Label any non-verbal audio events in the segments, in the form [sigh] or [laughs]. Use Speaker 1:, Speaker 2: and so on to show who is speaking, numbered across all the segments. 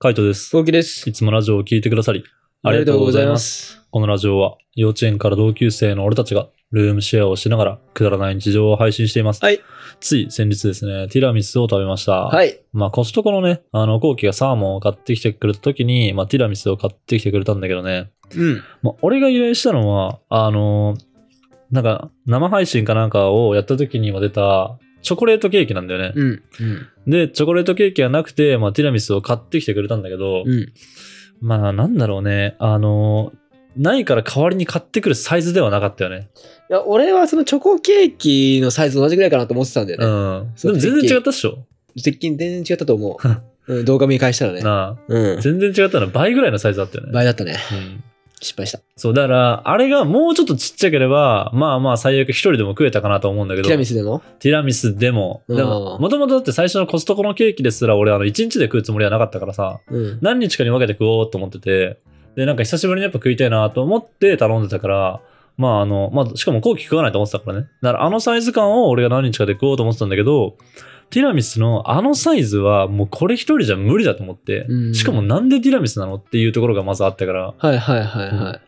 Speaker 1: カイトです。
Speaker 2: 飛行機です
Speaker 1: い。つもラジオを聞いてくださり、ありがとうございます。
Speaker 2: す。
Speaker 1: このラジオは、幼稚園から同級生の俺たちが、ルームシェアをしながら、くだらない日常を配信しています。
Speaker 2: はい。
Speaker 1: つい先日ですね、ティラミスを食べました。。
Speaker 2: はいい。
Speaker 1: まあ、コストコのね、あの、後期がサーモンを買ってきてくれた時に、まあ、ティラミスを買ってきてくれたんだけどね、
Speaker 2: うん。
Speaker 1: まあ、俺が依頼したのは、あのーなんか、生配信かなんかをやった時にも出た、チョコレートケーキなんだよね。
Speaker 2: うん。
Speaker 1: で、チョコレートケーキがなくて、まあ、ティラミスを買ってきてくれたんだけど、
Speaker 2: うん。
Speaker 1: まあ、なんだろうね。あの、ないから代わりに買ってくるサイズではなかったよね。
Speaker 2: いや、俺はそのチョコケーキのサイズと同じぐらいかなと思ってたんだよ
Speaker 1: う
Speaker 2: ね。
Speaker 1: ん。で
Speaker 2: そう
Speaker 1: も全然違ったっしょ。
Speaker 2: 接近全然違ったと思う。うん、動画見返したらね。
Speaker 1: なあ。
Speaker 2: うん。
Speaker 1: 全然違ったのは倍ぐらいのサイズだったよね。
Speaker 2: 倍だったね。
Speaker 1: うん。
Speaker 2: 失敗した。
Speaker 1: そう、だから、あれがもうちょっとちっちゃければ、まあまあ最悪一人でも食えたかなと思うんだけど、
Speaker 2: ティラミスでも
Speaker 1: ティラミスでも、
Speaker 2: うん
Speaker 1: でも、もともとだって最初のコストコのケーキですら俺、あの、1日で食うつもりはなかったからさ、
Speaker 2: うん。
Speaker 1: 何日かに分けて食おうと思ってて、で、なんか久しぶりにやっぱ食いたいなと思って頼んでたから、まああの、まあしかも後期食わないと思ってたからね。だからあのサイズ感を俺が何日かで食おうと思ってたんだけど、ティラミスのあのサイズはもうこれ一人じゃ無理だと思って
Speaker 2: う、ん
Speaker 1: しかもなんでティラミスなのっていうところがまずあったから、
Speaker 2: はいはいはいはい。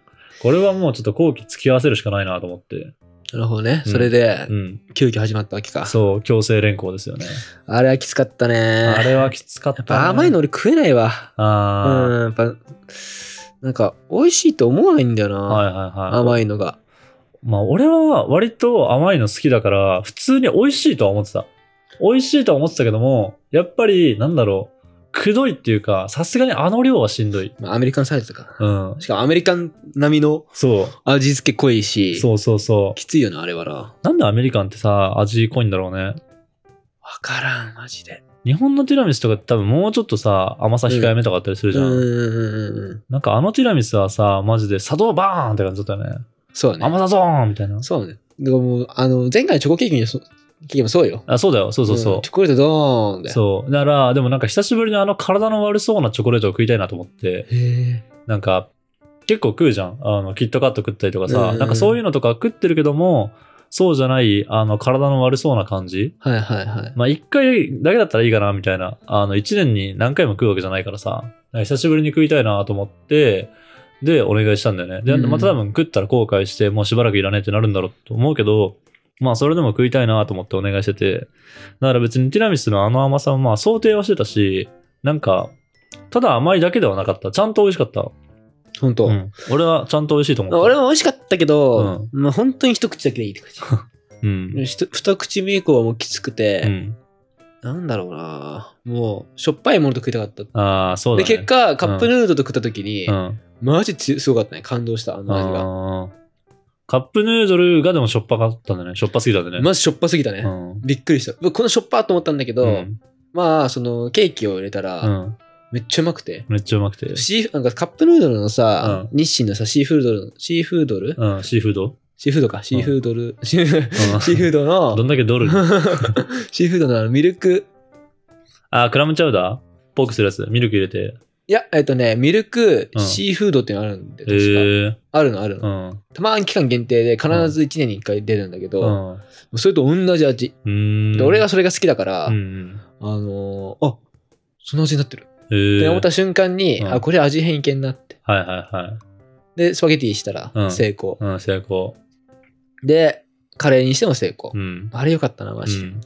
Speaker 1: これはもうちょっと後期付き合わせるしかないなと思って。
Speaker 2: なるほどね。
Speaker 1: うん
Speaker 2: それで
Speaker 1: う、ん。
Speaker 2: 急遽始まったわけか。
Speaker 1: そう、強制連行ですよね。
Speaker 2: あれはきつかったね。
Speaker 1: あ
Speaker 2: あ
Speaker 1: れはきつかった、
Speaker 2: やっぱ甘いの。俺食えないわ。う
Speaker 1: あ
Speaker 2: ん。やっぱ、なんか、美味しいと思わないんだよ
Speaker 1: あ、は
Speaker 2: な。
Speaker 1: いはいはい。
Speaker 2: 甘いのが。
Speaker 1: まあ俺は割と甘いの好きだから普通に美味しいとは思ってた美味しいとは思ってたけどもやっぱりなんだろうくどいっていうかさすがにあの量はしんどい
Speaker 2: まあアメリカンサイズだから。
Speaker 1: うん
Speaker 2: しかもアメリカン並みの
Speaker 1: そ
Speaker 2: 味付け濃いうし、
Speaker 1: そうそうそう
Speaker 2: きついよな、あれはな。わ
Speaker 1: なんでアメリカンってさ味濃いんだろうね
Speaker 2: からん、マジで。
Speaker 1: 日本のティラミスとかって多分もうちょっとさ甘さ控えめとかあったりす
Speaker 2: う
Speaker 1: る
Speaker 2: ん
Speaker 1: じゃん、
Speaker 2: うんうんうん。
Speaker 1: なんかあのティラミスはさマジで砂糖バーンって感じだったよね
Speaker 2: そうだね。
Speaker 1: 甘さゾーンみたいな
Speaker 2: そうだね。でももう、あの、前回のチョコケーキにそケーキもそうよ。
Speaker 1: あそうだよそうそうそう、
Speaker 2: んチョコレートドーンで。
Speaker 1: そうだからでもなんか久しぶりにあの体の悪そうなチョコレートを食いたいなと思って
Speaker 2: へ
Speaker 1: なんか、結構食うじゃん。あの、キットカット食ったりとか
Speaker 2: うん
Speaker 1: さ、
Speaker 2: うん
Speaker 1: なんかそういうのとか食ってるけども、そうじゃない、あの、体の悪そうな感じ。
Speaker 2: ーはいはいはい。
Speaker 1: まあ、一回だけだったらいいかな、みたいな。あの、一年に何回も食うわけじゃないからさ、なんか久しぶりに食いたいなと思って、で、お願いしたんだよね。で、
Speaker 2: うんうん
Speaker 1: また多分食ったら後悔して、もうしばらくいらねえってなるんだろうと思うけど、まあ、それでも食いたいなと思ってお願いしてて、だから別にティラミスのあの甘さもまあ、想定はしてたし、なんか、ただ甘いだけではなかった。ちゃんと美味しかった。
Speaker 2: 本当、
Speaker 1: うん、俺はちゃんと美味しいと思った。
Speaker 2: 俺も美味しかったけど、まあ本当に一口だけでいいって感
Speaker 1: うん。
Speaker 2: じ。ひと二口目以降はもうきつく
Speaker 1: う
Speaker 2: て、
Speaker 1: ん。
Speaker 2: なんだろうなもう、しょっぱいものと食いたかった。
Speaker 1: ああ、そうだ
Speaker 2: で、
Speaker 1: ね。
Speaker 2: 結果、カップヌードルと食った時に、
Speaker 1: うん、
Speaker 2: マジつすごかったね。感動した、あの味が。
Speaker 1: あーカップヌードルがでもしょっぱかったんだね。しょっぱすぎたんだね。
Speaker 2: マジしょっぱすぎたね。
Speaker 1: うん。
Speaker 2: びっくりした。僕このしょっぱーと思ったんだけど、
Speaker 1: うん
Speaker 2: まあ、そのケーキを入れた
Speaker 1: う
Speaker 2: ら、
Speaker 1: ん。
Speaker 2: めっちゃうまくて。
Speaker 1: めっちゃうまくて。
Speaker 2: シーなんかカップヌードルのさ、
Speaker 1: う
Speaker 2: 日清のさ、シーフードル、シーフードル、
Speaker 1: うん、シーフード、
Speaker 2: シーフードか、シーフー
Speaker 1: [laughs]
Speaker 2: ドル、シーフー
Speaker 1: うん、
Speaker 2: [laughs] シーフード
Speaker 1: ど
Speaker 2: の
Speaker 1: ん、だけ
Speaker 2: [laughs]
Speaker 1: ドル
Speaker 2: シーフードのあのミルク、
Speaker 1: あー、クラムチャウダーポークするやつ。ミルク入れて。
Speaker 2: いや、えっとね、ミルク、
Speaker 1: うん
Speaker 2: シーフードっていうのあるんで、
Speaker 1: ええ
Speaker 2: 確か。あるのある
Speaker 1: う
Speaker 2: の。
Speaker 1: ん。
Speaker 2: たまに期間限定で必ず1年に1回出るんだけ
Speaker 1: う
Speaker 2: ど、
Speaker 1: ん。う
Speaker 2: それと同じ味。
Speaker 1: ーん。
Speaker 2: で俺がそれが好きだから、
Speaker 1: う
Speaker 2: あ
Speaker 1: ん。
Speaker 2: のーあ、その味になってる。
Speaker 1: ええ
Speaker 2: って思った瞬間に、
Speaker 1: うん
Speaker 2: あ、これ味変いけんなって。
Speaker 1: はいはいはい。
Speaker 2: で、スパゲティした
Speaker 1: う
Speaker 2: ら
Speaker 1: ん
Speaker 2: 成功。
Speaker 1: うん、成功。
Speaker 2: で、カレーにしても成功。
Speaker 1: うん。
Speaker 2: あれよかったな、マジで。
Speaker 1: うん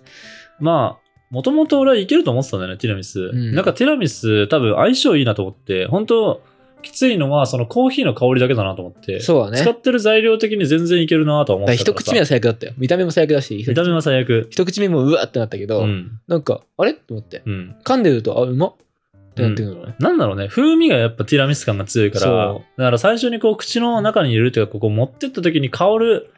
Speaker 1: まあ、もともと俺はいけると思ってたんだよね、ティラミス。
Speaker 2: ん
Speaker 1: なんかティラミス多分相性いいなと思って、本当きついのはそのコーヒーの香りだけだなと思って。
Speaker 2: そうだ
Speaker 1: 使
Speaker 2: ね。
Speaker 1: ってる材料的に全然いけるなとは思っ
Speaker 2: だから
Speaker 1: てた
Speaker 2: 一
Speaker 1: からさ。
Speaker 2: 口目は最悪だったよ。見た目も最悪だし、
Speaker 1: 見た目は最悪。
Speaker 2: 一口目もうわってなったけど、
Speaker 1: うん。
Speaker 2: なんか、あれと思って。
Speaker 1: うん。
Speaker 2: 噛んでると、あ、うまっってなってくるのね。
Speaker 1: なんだろうね、風味がやっぱティラミス感が強いから、だ
Speaker 2: そう
Speaker 1: から最初にこう口の中に入れるというか、ここ持ってった時に香る、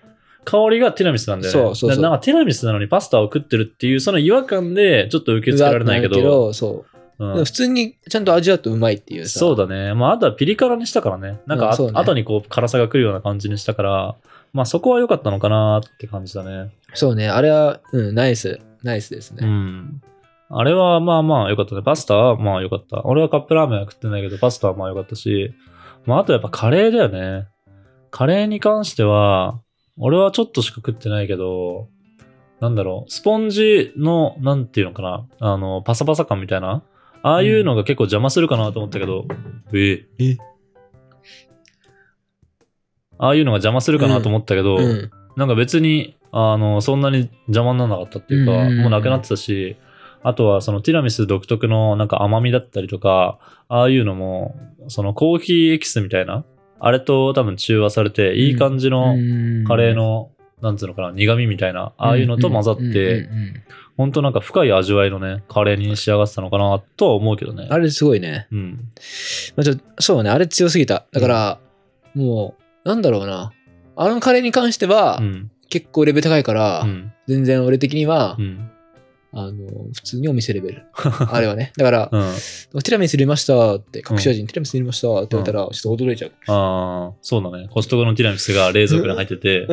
Speaker 1: 香りがティラミスなんだよね。
Speaker 2: そうそうそう
Speaker 1: だからなんかティラミスなのにパスタを食ってるっていう、その違和感でちょっと受け付けられないけ
Speaker 2: うわって
Speaker 1: ど、
Speaker 2: るそう。
Speaker 1: うん
Speaker 2: でも普通にちゃんと味だとうまいっていうさ。
Speaker 1: そうだね。まあ、あとはピリ辛にしたからね。なんかあ、
Speaker 2: うんそうね
Speaker 1: 後にこう、辛さが来るような感じにしたから、まあ、そこは良かったのかなって感じだね。
Speaker 2: そうね。あれは、うん、ナイス。ナイスです
Speaker 1: う
Speaker 2: ね。
Speaker 1: ん。あれは、まあまあ、良かったね。パスタは、まあ良かった。俺はカップラーメンは食ってないけど、パスタはまあ良かったし、まあ、あとやっぱカレーだよね。カレーに関しては、俺はちょっとしか食ってないけど、なんだろう、スポンジの、なんていうのかな、あの、パサパサ感みたいな、ああいうのが結構邪魔するかなと思ったけど、え
Speaker 2: え
Speaker 1: ああいうのが邪魔するかなと思ったけど、
Speaker 2: うん。
Speaker 1: なんか別にあのそんなに邪魔にならなかったっていうか、
Speaker 2: うんうんうん
Speaker 1: もうなくなってたしあとはそのティラミス独特のなんか甘みだったりとかああいうのもそのコーヒーエキスみたいなあれと多分中和されていい感じのカレーの、なんつうのかな苦味みたいなああいうのと混ざって、
Speaker 2: うんうんうんうん
Speaker 1: ほんとなんか深い味わいのねカレーに仕上がってたのかなとは思うけどね
Speaker 2: あれすごいね。
Speaker 1: うん
Speaker 2: まあ、ちょそうね、あれ強すぎた。だから、もう、なんだろうな。あのカレーに関しては
Speaker 1: う、ん
Speaker 2: 結構レベル高いから、
Speaker 1: うん
Speaker 2: 全然俺的には
Speaker 1: う、ん
Speaker 2: あの、普通にお店レ
Speaker 1: [laughs]
Speaker 2: ベル。あれはね。だから、
Speaker 1: うん
Speaker 2: ティラミス入れましたって、隠し味にティラミス入れましたって言われたら、ちょっと驚い
Speaker 1: [laughs]
Speaker 2: ちゃう。
Speaker 1: ああ、そうだね。コストコのティラミスが冷蔵庫に入ってて、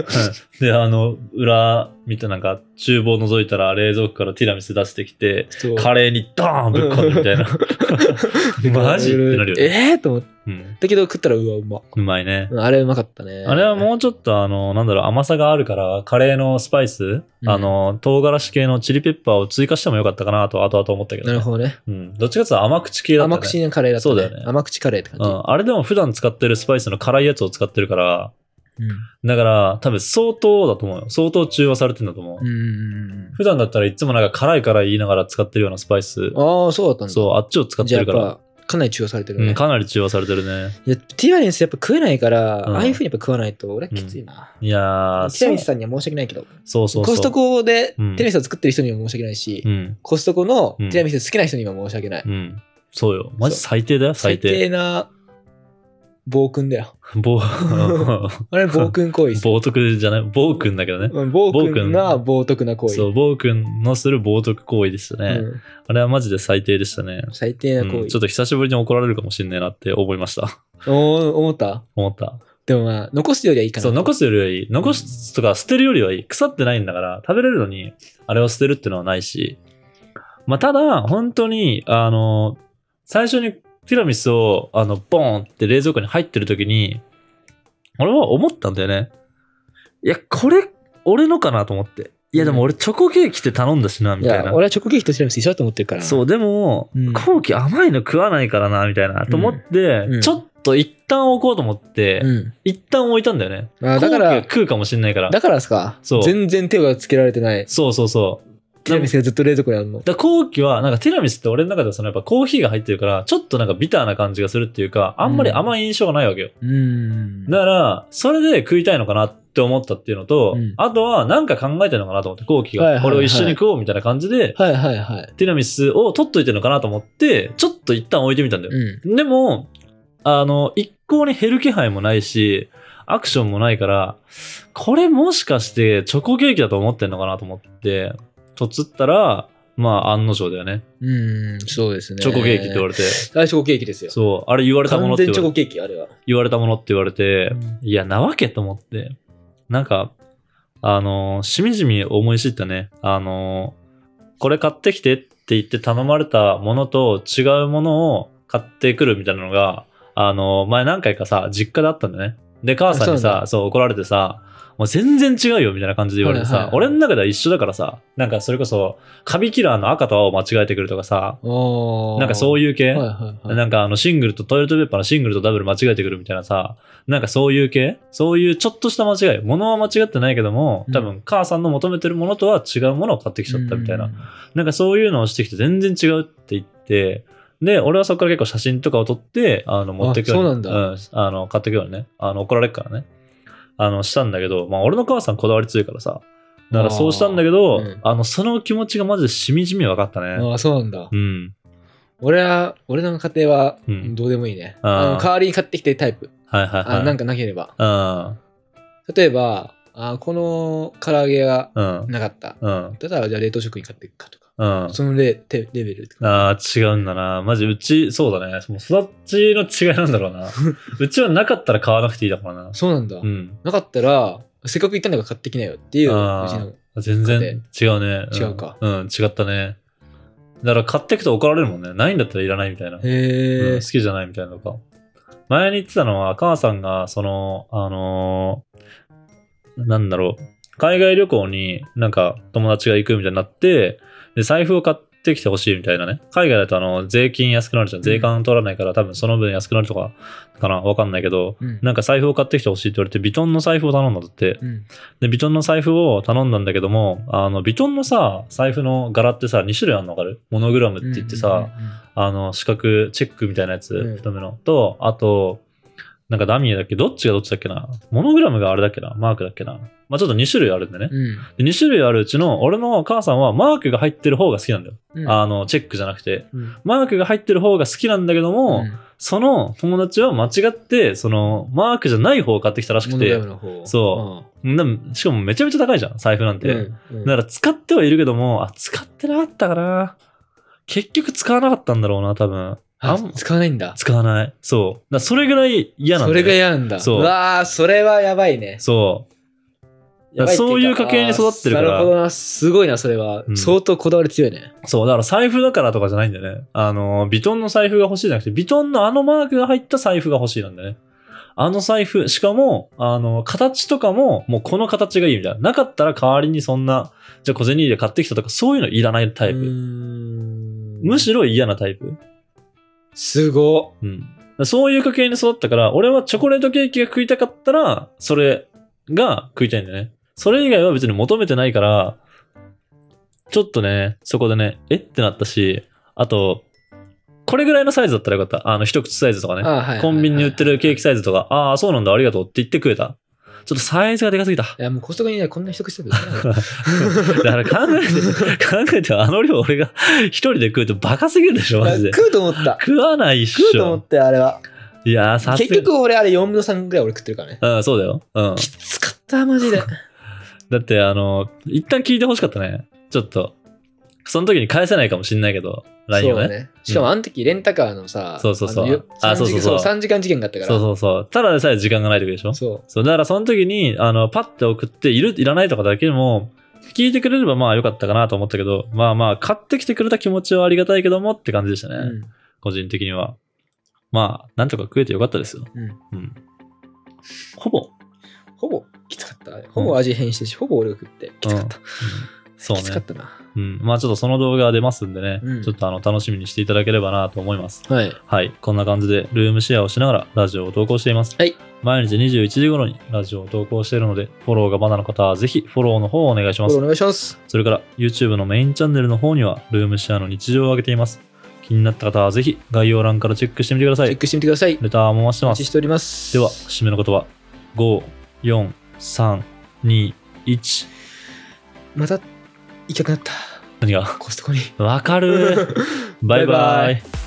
Speaker 1: [laughs] で、あの、裏見てなんか、厨房覗いたら冷蔵庫からティラミス出してきて、
Speaker 2: そう
Speaker 1: カレーにドーンぶっ込んでみたい
Speaker 2: [laughs]
Speaker 1: な。マジってなるよね。
Speaker 2: えーと思っ
Speaker 1: うん、
Speaker 2: たけど、食ったら、うわ、うま。
Speaker 1: うまいね。
Speaker 2: うんあれうまかったね。
Speaker 1: あれはもうちょっとあの、なんだろう、甘さがあるから、カレーのスパイス、
Speaker 2: うん
Speaker 1: あの、唐辛子系のチリペッパーを追加してもよかったかなと、後々思ったけど、
Speaker 2: な
Speaker 1: ね。
Speaker 2: るほどね。
Speaker 1: うん。どっちかっていうと甘口系だった、ね。
Speaker 2: 甘口のカレーだった、ね。
Speaker 1: そうだよね
Speaker 2: 甘口カレーって
Speaker 1: う
Speaker 2: 感
Speaker 1: ん。あれでも普段使ってるスパイスの辛いやつを使ってるから、
Speaker 2: じ。うん。
Speaker 1: だから、多分相当だと思うよ。相当中和されてんだと思う。
Speaker 2: うんうんうん
Speaker 1: 普段だったらいつもなんか辛い辛い言いながら使ってるようなスパイス。
Speaker 2: ああ、そうだったんだ。
Speaker 1: そう、あっちを使っ
Speaker 2: じ
Speaker 1: て
Speaker 2: ゃあや
Speaker 1: る
Speaker 2: っ
Speaker 1: から。
Speaker 2: ぱ、かなり中和されてる
Speaker 1: う
Speaker 2: ね。
Speaker 1: ん、かなり中和されてるね。
Speaker 2: いやティラミスやっぱ食えないから、
Speaker 1: うん
Speaker 2: ああいうふうにやっぱ食わないと、俺はきついな。
Speaker 1: いやー、
Speaker 2: ティラミス
Speaker 1: そ
Speaker 2: さんには申し訳ないけど、
Speaker 1: うそうそうそう。
Speaker 2: コストコでテ
Speaker 1: うん
Speaker 2: ィラミスを作ってる人には申し訳ないし、
Speaker 1: うん、
Speaker 2: コストコの
Speaker 1: う
Speaker 2: テ
Speaker 1: ん
Speaker 2: ィラミス好きな人には申し訳ない。
Speaker 1: うん。そうよ。マジ最低だよ、最低。
Speaker 2: な暴
Speaker 1: [laughs]
Speaker 2: 君だよ。 [laughs]
Speaker 1: 暴、
Speaker 2: あれ暴君行為
Speaker 1: 暴徳じゃない暴君だけどね。
Speaker 2: うん暴
Speaker 1: 暴君
Speaker 2: 君な暴徳な行為。
Speaker 1: そう、暴君のする暴徳行為でしたね。
Speaker 2: うん
Speaker 1: あれはマジで最低でしたね。
Speaker 2: 最低な行為。
Speaker 1: うんちょっと久しぶりに怒られるかもしんねえなって思いました。
Speaker 2: おー思った
Speaker 1: 思った。
Speaker 2: でもまあ、残すよりはいいかな。
Speaker 1: そう、残すよりはいい。残すとか捨てるよりはいい。腐ってないんだから、食べれるのに、あれを捨てるっていうのはないし。まあ、ただ、本当に、あの、最初にティラミスを、あの、ボーンって冷蔵庫に入ってる時に、俺は思ったんだよね。いや、これ、俺のかなと思って。いや、でも俺、チョコケーキって頼んだしな、み
Speaker 2: い
Speaker 1: たい
Speaker 2: や、
Speaker 1: な。
Speaker 2: 俺はチョコケーキとティラミス一緒だと思ってるから。。
Speaker 1: そうう、でも、
Speaker 2: うん
Speaker 1: 後期甘いの食わないからな、みたいな、と思って、
Speaker 2: うん
Speaker 1: ちょっと一旦置こうと思って、
Speaker 2: うん。
Speaker 1: 一旦置いたんだよね。
Speaker 2: あだか
Speaker 1: 後期
Speaker 2: ら
Speaker 1: は、食うかもしんないから。
Speaker 2: だからですか
Speaker 1: そう
Speaker 2: 全然手がつけられてない。
Speaker 1: そうそうそう。
Speaker 2: ティラミスがずっと冷蔵庫にあるの。
Speaker 1: だから後期は、なんかティラミスって俺の中ではそのやっぱコーヒーが入ってるから、ちょっとなんかビターな感じがするっていうか、あんまり甘い印象がないわけよ。
Speaker 2: うん
Speaker 1: だから、それで食いたいのかなって思ったっていうのと、
Speaker 2: うん
Speaker 1: あとはなんか考えてるのかなと思って、後期
Speaker 2: はいはい
Speaker 1: が
Speaker 2: はい
Speaker 1: これを一緒に食おうみたいな感じで、
Speaker 2: はいはいはい。
Speaker 1: ティラミスを取っといてるのかなと思って、ちょっと一旦置いてみたんだよ。
Speaker 2: うん。
Speaker 1: でも、あの、一向に減る気配もないし、アクションもないから、これもしかしてチョコケーキだと思ってんのかなと思って、とつったら、まあ案の定だよね。
Speaker 2: うん、そうですね。
Speaker 1: チョコケーキって言わ
Speaker 2: れ
Speaker 1: れて。
Speaker 2: あれチョコケーキですよ。
Speaker 1: そう、あれ言われたもの
Speaker 2: 完
Speaker 1: って
Speaker 2: 全チ
Speaker 1: 言
Speaker 2: ョ
Speaker 1: わ
Speaker 2: コ
Speaker 1: れ
Speaker 2: ケーキ、あれは。
Speaker 1: 言われたものって言われて、
Speaker 2: うん
Speaker 1: いや、なわけと思って。なんか、あの、しみじみ思い知ったね。あの、これ買ってきてって言って頼まれたものと違うものを買ってくるみたいなのが、あの、前何回かさ、実家であったんだよね。で、母さんに
Speaker 2: あそうな
Speaker 1: さ、
Speaker 2: ん
Speaker 1: そう怒られてさ、もう全然違うよみたいな感じで言われてさ、
Speaker 2: はいはいはい
Speaker 1: 俺の中では一緒だからさ、なんかそれこそ、カビキラーの赤と青を間違えてくるとかさ、
Speaker 2: あ
Speaker 1: なんかそう
Speaker 2: い
Speaker 1: いう系、
Speaker 2: はいはいはい。
Speaker 1: なんかあのシングルとトイレットペーパーのシングルとダブル間違えてくるみたいなさ、なんかそういう系そういうちょっとした間違い。物は間違ってないけども
Speaker 2: う、ん
Speaker 1: 多分母さんの求めてるものとは違うものを買ってきちゃったみたいな。なんかそういうのをしてきて全然違うって言って、で、俺はそこから結構写真とかを撮って、あの、持ってくように。
Speaker 2: あそうなんだ
Speaker 1: あの、買ってくようにね。あの、怒られるからね。あの、したんだけど、まあ俺の母さんこだわり強いからさ。だからそうしたんだけど、あ,、
Speaker 2: あーうん
Speaker 1: の、その気持ちがマジでしみじみ分かったね。
Speaker 2: ああ、そうなんだ。
Speaker 1: うん。
Speaker 2: 俺は、俺の家庭は
Speaker 1: うん、
Speaker 2: どうでもいいね。
Speaker 1: あー
Speaker 2: あの代わりに買ってきてるタイプ。
Speaker 1: はいはいはい。
Speaker 2: あなんかなければ。
Speaker 1: うん。
Speaker 2: 例えば、あこの唐揚げが
Speaker 1: うん。
Speaker 2: なかった。
Speaker 1: うん。
Speaker 2: だったら、じゃあ冷凍食品買っていくかとか。
Speaker 1: うん。
Speaker 2: そのレてレベルとか。
Speaker 1: ああ、違うんだな。マジ、うち、そうだね。もう育ちの違いなんだろう
Speaker 2: [laughs]
Speaker 1: な。うちはなかったら買わなくていいだからな。
Speaker 2: そうなんだ。
Speaker 1: うん。
Speaker 2: なかったら、せっかく行ったんだから買ってきなよっていう、うち
Speaker 1: あー
Speaker 2: の。
Speaker 1: 全然違うね。ん
Speaker 2: 違うか
Speaker 1: うん、違ったね。だから買ってくと怒られるもんね。ないんだったらいらないみたいな。
Speaker 2: へ
Speaker 1: うん
Speaker 2: え
Speaker 1: 好。きじゃないみたいなのか。前に言ってたのは、母さんが、その、あのーなんだろう、海外旅行になんか友達が行くみたいになって、で、財布を買って、ってきてほしいみたいなね。海外だとあの税金安くなるじゃん。税関取らないから多分その分安くなるとかかな。わかんないけど、
Speaker 2: うん
Speaker 1: なんか財布を買ってきてほしいって言われて、ビトンの財布を頼んだんだって。
Speaker 2: うん
Speaker 1: で、ビトンの財布を頼んだんだけども、あの、ビトンのさ、財布の柄ってさ、2種類あるのわかるモノグラムって言ってさ、あの、四角、チェックみたいなやつ、
Speaker 2: うん
Speaker 1: 太めの。と、あと、なんかダミーだっけどっちがどっちだっけなモノグラムがあれだっけなマークだっけなまあちょっと2種類あるんだね
Speaker 2: う。んうん
Speaker 1: で2種類あるうちの、俺の母さんはマークが入ってる方が好きなんだよ。
Speaker 2: うん
Speaker 1: あの、チェックじゃなくて。
Speaker 2: うん
Speaker 1: マークが入ってる方が好きなんだけども、
Speaker 2: うん
Speaker 1: その友達は間違って、その、マークじゃない方を買ってきたらし
Speaker 2: モ
Speaker 1: く
Speaker 2: ノグ
Speaker 1: て
Speaker 2: ラム、の方
Speaker 1: そなしかもめちゃめちゃ高いじゃん、財布なん
Speaker 2: うん
Speaker 1: て。
Speaker 2: う
Speaker 1: だ
Speaker 2: ん
Speaker 1: から使ってはいるけども、あ、使ってなかったかな。結局使わなかったんだろうな、多分。
Speaker 2: あ
Speaker 1: あん
Speaker 2: 使わないんだ
Speaker 1: 使わない。そう。だからそれぐらい嫌なん
Speaker 2: そ
Speaker 1: だ
Speaker 2: れ
Speaker 1: よ、
Speaker 2: が
Speaker 1: ね。
Speaker 2: 嫌なんだ
Speaker 1: そう
Speaker 2: うわーそれはやばいね
Speaker 1: そう。だからそういう家系に育ってるか
Speaker 2: な
Speaker 1: ら
Speaker 2: るほ、どな。すごいな、それは。
Speaker 1: うん
Speaker 2: 相当こだわり強いね。
Speaker 1: そう、だから財布だからとかじゃないんだよね。あの、ビトンの財布が欲しいじゃなくて、ビトンのあのマークが入った財布が欲しいなんだよね。あの財布、しかも、あの、形とかも、もうこの形がいいみたいな。なかったら代わりにそんな、じゃあ小銭入れ買ってきたとか、そういうのいらないタイ
Speaker 2: うー
Speaker 1: プ。
Speaker 2: ん
Speaker 1: むしろ嫌なタイプ。
Speaker 2: すごっ。
Speaker 1: うん。だからそういう家系に育ったから、俺はチョコレートケーキが食いたかったら、それが食いたいんだよね。それ以外は別に求めてないから、ちょっとね、そこでね、えってなったし、あと、これぐらいのサイズだったらよかった。あの、一口サイズとかね。
Speaker 2: あはい
Speaker 1: コンビニに売ってるケーキサイズとか、ああ、そうなんだ、ありがとうって言ってくれた。ちょっとサイズがでかすぎた。 [laughs]
Speaker 2: いや、もうコストコにね、こんな一口してるから。
Speaker 1: だから考えて、考えて、あの量俺が [laughs] 一人で食うとバカすぎるでしょ、マジで。
Speaker 2: 食うと思った。
Speaker 1: 食わないっし
Speaker 2: 食うと思
Speaker 1: ょ。
Speaker 2: って、あれは。
Speaker 1: いやー、さす
Speaker 2: 結
Speaker 1: が
Speaker 2: 局、俺、あれ4分の3ぐらい俺食ってるからね。
Speaker 1: うん、そうだよ。うん。
Speaker 2: きつかった、マジで。
Speaker 1: だって、あの、一旦聞いてほしかったね。ちょっと。その時に返せないかもしんないけど、LINE
Speaker 2: そう
Speaker 1: を
Speaker 2: だ
Speaker 1: ね。
Speaker 2: ね。しかも、あの時、レンタカーのさ、
Speaker 1: そうそうそう
Speaker 2: あのよ
Speaker 1: あそうそうそう
Speaker 2: 三時間3時間事件があったから。
Speaker 1: そうそうそう。ただでさえ時間がない時でしょそ
Speaker 2: そう
Speaker 1: だからその時に、あの、パッて送って、いる、いらないとかだけでも、聞いてくれればまあ良かったかなと思ったけど、まあまあ、買ってきてくれた気持ちはありがたいけどもって感じでしたね。
Speaker 2: う。うん
Speaker 1: 個人的には。まあ、なんとか食えてよかったですよ。
Speaker 2: うん
Speaker 1: うん。ほぼ。
Speaker 2: ほぼ、きつかった。ほぼ味変してるし、ほぼ俺が食って。きつかった。
Speaker 1: そうね。
Speaker 2: きつかったな。
Speaker 1: うん。まあちょっとその動画が出ますんでね、
Speaker 2: うん
Speaker 1: ちょっとあの、楽しみにしていただければなと思います。
Speaker 2: はい。
Speaker 1: はい、こんな感じでルームシェアをしながらラジオを投稿しています。
Speaker 2: はい
Speaker 1: 毎日21時頃にラジオを投稿しているので、フォローがまだの方はぜひフォローの方をお願いし
Speaker 2: フ
Speaker 1: ま
Speaker 2: ォロ
Speaker 1: す
Speaker 2: ー。お願いします。
Speaker 1: それから YouTube のメインチャンネルの方にはルームシェアの日常を上げています。気になった方はぜひ概要欄からチェックしてみてくださ
Speaker 2: チェッ
Speaker 1: い。
Speaker 2: クしてみてください。
Speaker 1: レターも回して
Speaker 2: お
Speaker 1: ま
Speaker 2: 待ち
Speaker 1: す
Speaker 2: し。ております。
Speaker 1: では、締めの言葉。5、4、3、2、1。
Speaker 2: また行きたくなった
Speaker 1: 何が
Speaker 2: コストコに [laughs]
Speaker 1: わかるバイバイ。